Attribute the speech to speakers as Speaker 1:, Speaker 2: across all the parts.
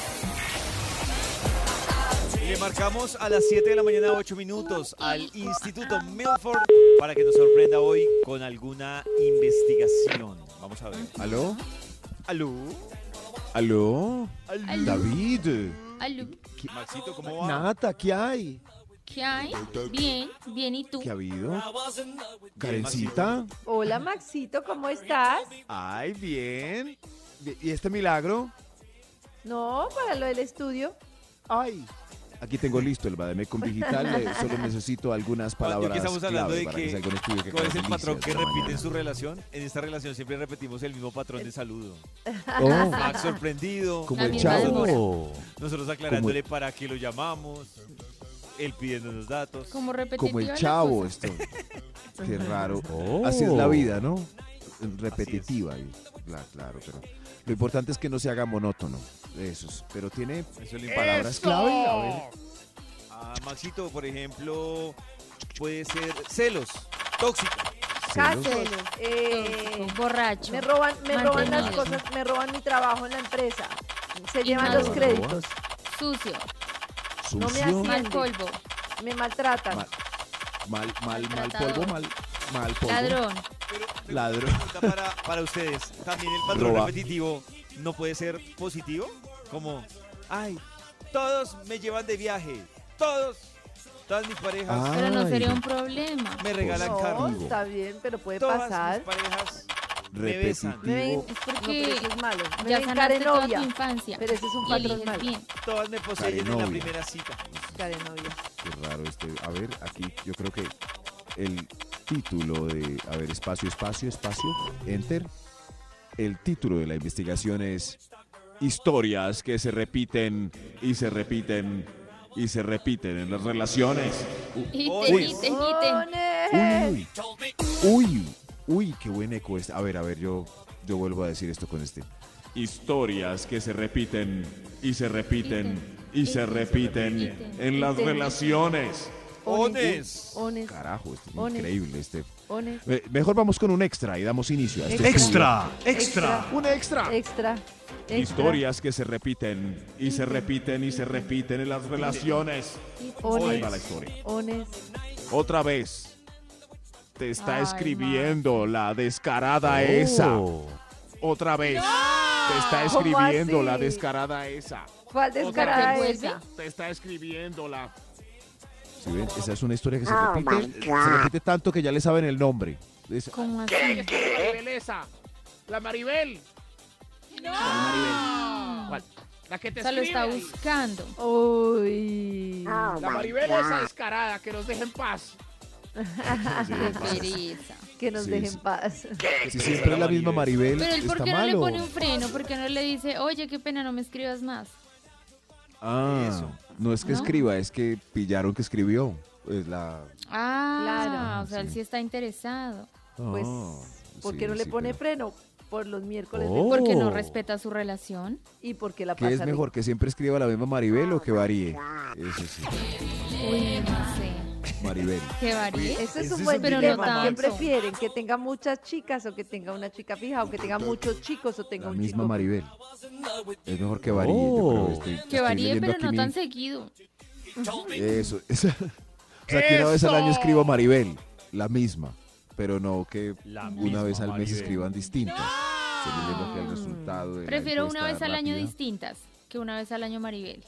Speaker 1: Le marcamos a las 7 de la mañana 8 minutos al Instituto Milford para que nos sorprenda hoy con alguna investigación. Vamos a ver.
Speaker 2: ¿Aló?
Speaker 1: Aló.
Speaker 2: ¿Aló? David.
Speaker 3: Aló,
Speaker 1: Maxito, ¿cómo va?
Speaker 2: Nata, ¿qué hay?
Speaker 3: ¿qué hay? Bien, bien, ¿y tú?
Speaker 2: ¿Qué ha habido? ¿Karencita?
Speaker 4: Hola Maxito, ¿cómo estás?
Speaker 2: Ay, bien. ¿Y este milagro?
Speaker 4: No, para lo del estudio.
Speaker 2: Ay. Aquí tengo listo el Bademecum Digital, eh, solo necesito algunas
Speaker 1: Cuando
Speaker 2: palabras
Speaker 1: aquí estamos hablando
Speaker 2: clave
Speaker 1: de
Speaker 2: para que
Speaker 1: que,
Speaker 2: salga un estudio que
Speaker 1: cuál es el
Speaker 2: caracterice
Speaker 1: patrón que
Speaker 2: esta
Speaker 1: repite en
Speaker 2: mañana.
Speaker 1: su relación. En esta relación siempre repetimos el mismo patrón de saludo.
Speaker 2: Oh,
Speaker 1: Max sorprendido.
Speaker 2: como
Speaker 3: La
Speaker 2: el
Speaker 3: misma demora.
Speaker 2: chavo.
Speaker 1: Nosotros aclarándole para qué lo llamamos. Él pidiéndonos datos.
Speaker 3: Como repetitivo
Speaker 2: Como el
Speaker 3: la
Speaker 2: chavo
Speaker 3: cosa.
Speaker 2: esto. Qué raro. Así es la vida, ¿no? Repetitiva. y- cla- claro, pero lo importante es que no se haga monótono. Eso es. Pero tiene
Speaker 1: Eso es lo importante.
Speaker 2: palabras clave. A ver.
Speaker 1: Ah, Maxito, por ejemplo, puede ser celos, tóxico.
Speaker 2: celos.
Speaker 4: Cáceres. Eh,
Speaker 3: Tóxico, borracho.
Speaker 4: me roban, me roban las
Speaker 3: Mantenido.
Speaker 4: cosas, me roban mi trabajo en la empresa. Se
Speaker 3: Y
Speaker 4: llevan
Speaker 3: nada.
Speaker 4: los créditos,
Speaker 3: Sucio,
Speaker 4: No me
Speaker 2: Sucio.
Speaker 4: hacía-
Speaker 3: mal polvo,
Speaker 4: me maltratan.
Speaker 2: Mal, mal, mal, mal
Speaker 3: Maltratador.
Speaker 2: polvo, mal, mal polvo.
Speaker 3: ladrón,
Speaker 2: Ladrón.
Speaker 1: Pregunta Para, para ustedes, también el patrón
Speaker 2: Roba.
Speaker 1: repetitivo no puede ser positivo, como, ay, todos me llevan de viaje, todos, todas mis parejas
Speaker 3: pero no
Speaker 2: Ay.
Speaker 3: sería un problema.
Speaker 1: me regalan
Speaker 4: pues, No,
Speaker 1: carro,
Speaker 2: Positivo.
Speaker 4: está bien, pero puede
Speaker 1: todas
Speaker 4: pasar.
Speaker 1: mis parejas me besan.
Speaker 2: Repetitivo.
Speaker 4: Me ven-
Speaker 3: Es
Speaker 4: no, pero
Speaker 3: porque
Speaker 4: eso es malo. Me
Speaker 3: ya
Speaker 4: ven
Speaker 3: sanaste toda tu
Speaker 4: carenovia.
Speaker 3: infancia.
Speaker 4: Pero ese es un
Speaker 3: y
Speaker 4: patrón
Speaker 3: eliges
Speaker 4: malo.
Speaker 3: bien.
Speaker 1: todas me poseen en la
Speaker 2: Carenovia.
Speaker 1: primera cita.
Speaker 4: Carenovia.
Speaker 2: Qué raro este. A ver, aquí yo creo que el título de. A ver, espacio, espacio, espacio. Enter. El título de la investigación es Historias que se repiten y se repiten y se repiten en las relaciones.
Speaker 3: Y te
Speaker 1: Uy.
Speaker 3: quiten, quiten.
Speaker 4: ¡Ones!
Speaker 2: Uy, uy, uy, qué buen eco este. A ver, a ver, yo, yo vuelvo a decir esto con este. Historias que se repiten y se repiten y se repiten en las relaciones.
Speaker 1: Ones.
Speaker 4: Ones.
Speaker 2: Carajo, este es
Speaker 4: Ones.
Speaker 2: increíble este.
Speaker 4: Ones.
Speaker 2: Eh, Mejor vamos con un extra y damos inicio a este.
Speaker 5: Extra, extra.
Speaker 2: estudio. Un extra.
Speaker 4: Extra. extra.
Speaker 2: Historias que se repiten y se repiten y se repiten en las relaciones. Ahí va la
Speaker 4: Ones.
Speaker 2: historia.
Speaker 4: Ones.
Speaker 2: Otra vez. Te está
Speaker 3: Ay,
Speaker 2: escribiendo la
Speaker 3: Oh.
Speaker 2: descarada esa. Otra vez. Te está
Speaker 4: ¿Cómo
Speaker 2: escribiendo
Speaker 4: así?
Speaker 2: la descarada esa.
Speaker 4: ¿Cuál descarada
Speaker 3: ¿Te
Speaker 4: esa?
Speaker 3: vuelve?
Speaker 2: Te está escribiendo la. Esa es una historia que se repite. Se repite tanto que ya le saben el nombre. Es-
Speaker 3: ¿Cómo así?
Speaker 6: La Maribel. No. La que te
Speaker 3: O sea, lo
Speaker 6: escribe
Speaker 3: está
Speaker 6: ahí.
Speaker 3: buscando.
Speaker 4: Uy.
Speaker 6: La Maribel esa descarada, que nos dejen paz.
Speaker 3: Qué pereza.
Speaker 4: Que nos
Speaker 2: Sí,
Speaker 4: dejen
Speaker 2: sí.
Speaker 4: paz.
Speaker 2: Si siempre es la misma Maribel,
Speaker 3: Pero él, ¿por
Speaker 2: está
Speaker 3: qué no le
Speaker 2: malo.
Speaker 3: pone un freno? ¿Por qué no le dice, oye, qué pena, no me escribas más?
Speaker 2: Ah,
Speaker 1: Eso.
Speaker 2: no es que
Speaker 3: ¿No?
Speaker 2: escriba, es que pillaron que escribió. Es la.
Speaker 3: Ah,
Speaker 4: Claro.
Speaker 3: o sea, él sí está interesado.
Speaker 4: Pues,
Speaker 2: Ah,
Speaker 4: ¿por qué
Speaker 2: sí,
Speaker 4: no le
Speaker 2: sí,
Speaker 4: pone
Speaker 2: pero-
Speaker 4: freno? Por los miércoles de-
Speaker 2: Oh.
Speaker 3: Porque no respeta su relación.
Speaker 4: y porque la
Speaker 2: ¿Qué
Speaker 4: pasa
Speaker 2: es
Speaker 4: rico.
Speaker 2: mejor, que siempre escriba la misma Maribel o que varíe? Eso sí,
Speaker 3: Uy, no sé.
Speaker 2: Maribel.
Speaker 3: Qué varía.
Speaker 4: Ese es
Speaker 1: Ese
Speaker 4: un
Speaker 1: es
Speaker 4: buen
Speaker 1: un
Speaker 3: dilema,
Speaker 4: dilema. ¿Qué
Speaker 3: Maxo.
Speaker 4: prefieren? ¿Que tenga muchas chicas o que tenga una chica fija o que tenga muchos chicos o tenga
Speaker 2: La
Speaker 4: un
Speaker 2: misma
Speaker 4: chico?
Speaker 2: Maribel. Es mejor que varíe. yo creo, estoy- estoy
Speaker 3: Oh. Que varíe,
Speaker 2: leyendo
Speaker 3: pero
Speaker 2: aquí
Speaker 3: no
Speaker 2: mi-
Speaker 3: tan seguido.
Speaker 2: Eso. es- o sea, que una vez al año escribo Maribel, la misma, pero no que
Speaker 1: La
Speaker 2: una vez al mes escriban distintas. Estoy leyendo aquí el resultado de la
Speaker 3: Prefiero una
Speaker 2: encuesta
Speaker 3: vez al año
Speaker 2: rápida. Ah,
Speaker 3: distintas que una vez al año Maribel.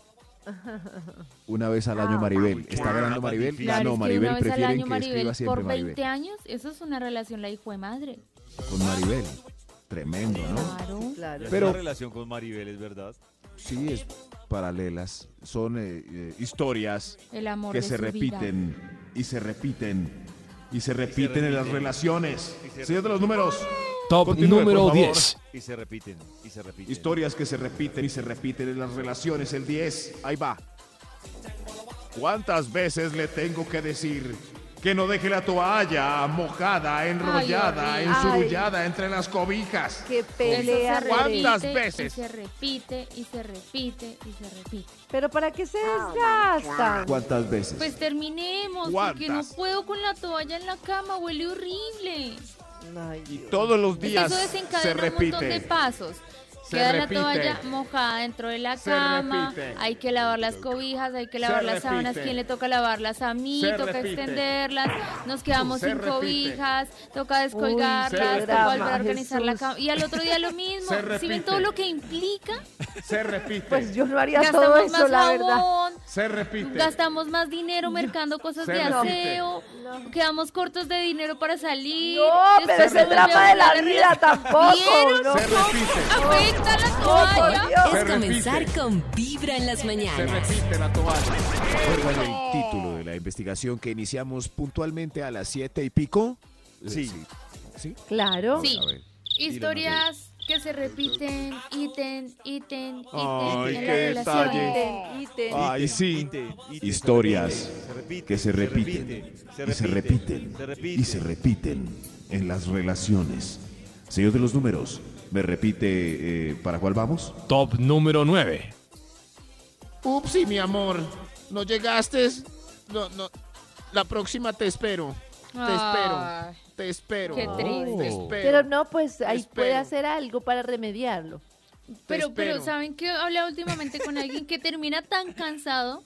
Speaker 2: Una vez al año Maribel. ¿Está
Speaker 1: claro.
Speaker 2: ganando Maribel?
Speaker 1: Claro,
Speaker 2: Ganó
Speaker 3: Ah, Claro, es que
Speaker 2: Maribel.
Speaker 3: una vez al
Speaker 2: Prefieren
Speaker 3: año
Speaker 2: que
Speaker 3: Maribel
Speaker 2: escriba siempre
Speaker 3: por
Speaker 2: Maribel.
Speaker 3: 20 años, eso es una relación la hijo de madre.
Speaker 2: Con Maribel. Tremendo, ¿no?
Speaker 3: Claro.
Speaker 4: Claro.
Speaker 2: Pero-
Speaker 1: Pero la relación con Maribel es verdad.
Speaker 2: Sí, es paralelas. Son eh, eh, historias
Speaker 3: El amor
Speaker 2: que
Speaker 3: de
Speaker 2: se
Speaker 3: su vida.
Speaker 2: repiten y se repiten y se repiten en las
Speaker 1: repiten.
Speaker 2: relaciones.
Speaker 1: Y se
Speaker 2: Señor de los números,
Speaker 7: Top
Speaker 2: Continúe,
Speaker 7: número
Speaker 2: por favor.
Speaker 7: 10.
Speaker 1: Y se repiten, y se repiten.
Speaker 2: Historias que se repiten y se repiten en las relaciones. El 10, ahí va. ¿Cuántas veces le tengo que decir que no deje la toalla mojada, enrollada,
Speaker 3: horrible.
Speaker 4: Ay.
Speaker 5: ensurullada entre las cobijas?
Speaker 4: Qué
Speaker 3: Eso se repite
Speaker 4: pelea. Rey.
Speaker 6: ¿Cuántas
Speaker 3: y
Speaker 6: veces?
Speaker 3: se repite y se repite y se repite.
Speaker 4: Pero ¿para qué se desgastan?
Speaker 2: ¿Cuántas veces?
Speaker 3: Pues terminemos, porque no
Speaker 5: ¿Cuántas?
Speaker 3: puedo con la toalla en la cama, huele horrible.
Speaker 4: Ay, Dios.
Speaker 5: Todos los
Speaker 3: Es que
Speaker 5: días
Speaker 3: Pues Eso
Speaker 5: se
Speaker 3: desencadena un montón de
Speaker 5: repite.
Speaker 3: pasos.
Speaker 5: Se
Speaker 3: Queda
Speaker 5: repite.
Speaker 3: la toalla mojada dentro de la
Speaker 5: Se
Speaker 3: cama,
Speaker 5: repite.
Speaker 3: hay que lavar las cobijas, hay que lavar las
Speaker 5: repite.
Speaker 3: sábanas, ¿quién le toca lavarlas? A mí,
Speaker 5: Se
Speaker 3: toca
Speaker 5: repite.
Speaker 3: extenderlas, nos quedamos
Speaker 5: Se
Speaker 3: sin
Speaker 5: repite.
Speaker 3: cobijas, toca
Speaker 5: se
Speaker 3: descolgarlas,
Speaker 5: repite.
Speaker 3: toca volver a organizar la
Speaker 4: Jesús.
Speaker 3: cama. Y al otro día lo mismo,
Speaker 5: Se
Speaker 3: si ven
Speaker 5: repite.
Speaker 3: todo lo que implica,
Speaker 5: Se repite.
Speaker 4: Pues yo no haría todo
Speaker 3: gastamos
Speaker 4: eso,
Speaker 3: más
Speaker 4: la verdad.
Speaker 3: jabón,
Speaker 5: se repite.
Speaker 3: Gastamos más dinero mercando cosas
Speaker 5: Se
Speaker 3: de
Speaker 5: repite.
Speaker 3: aseo, quedamos cortos de dinero para salir.
Speaker 4: No, pero
Speaker 3: después
Speaker 4: ese
Speaker 3: se vuelve
Speaker 4: drama
Speaker 3: a
Speaker 4: de la
Speaker 3: volver a
Speaker 4: vida tampoco.
Speaker 3: ¿Vieron
Speaker 4: ¿no?
Speaker 5: se repite.
Speaker 3: Afecta la
Speaker 4: Oh, por
Speaker 3: toalla.
Speaker 4: Dios.
Speaker 8: Es
Speaker 5: repite.
Speaker 8: comenzar con Vibra en las
Speaker 5: Se
Speaker 8: mañanas.
Speaker 5: repite la toalla.
Speaker 2: ¿Recuerdan Pues el título de la investigación que iniciamos puntualmente a las 7 y pico?
Speaker 1: Sí.
Speaker 2: ¿Sí?
Speaker 4: Claro.
Speaker 3: Sí.
Speaker 2: A ver.
Speaker 3: Historias que se repiten, ítem, ítem, ítem
Speaker 2: Ay,
Speaker 3: en
Speaker 2: qué
Speaker 3: la relación.
Speaker 2: detalle.
Speaker 4: Ítem, ítem.
Speaker 2: Ay, sí.
Speaker 1: Repite, repite,
Speaker 2: Historias
Speaker 1: se repite,
Speaker 2: que se repiten
Speaker 1: se
Speaker 2: y se repiten y
Speaker 1: se
Speaker 2: se
Speaker 1: repiten.
Speaker 2: repiten en las relaciones. Señor de los números, ¿me repite eh, para cuál vamos?
Speaker 7: Top número 9.
Speaker 6: Upsi, mi amor. No llegaste. No, no. La próxima te espero. Te
Speaker 3: Ay.
Speaker 6: espero. Te espero.
Speaker 3: Qué triste.
Speaker 6: Te espero.
Speaker 4: Pero no, pues ahí
Speaker 6: Espero.
Speaker 4: puede hacer algo para remediarlo.
Speaker 6: te
Speaker 3: Pero, pero,
Speaker 6: espero.
Speaker 3: ¿saben que hablé últimamente con alguien que termina tan cansado?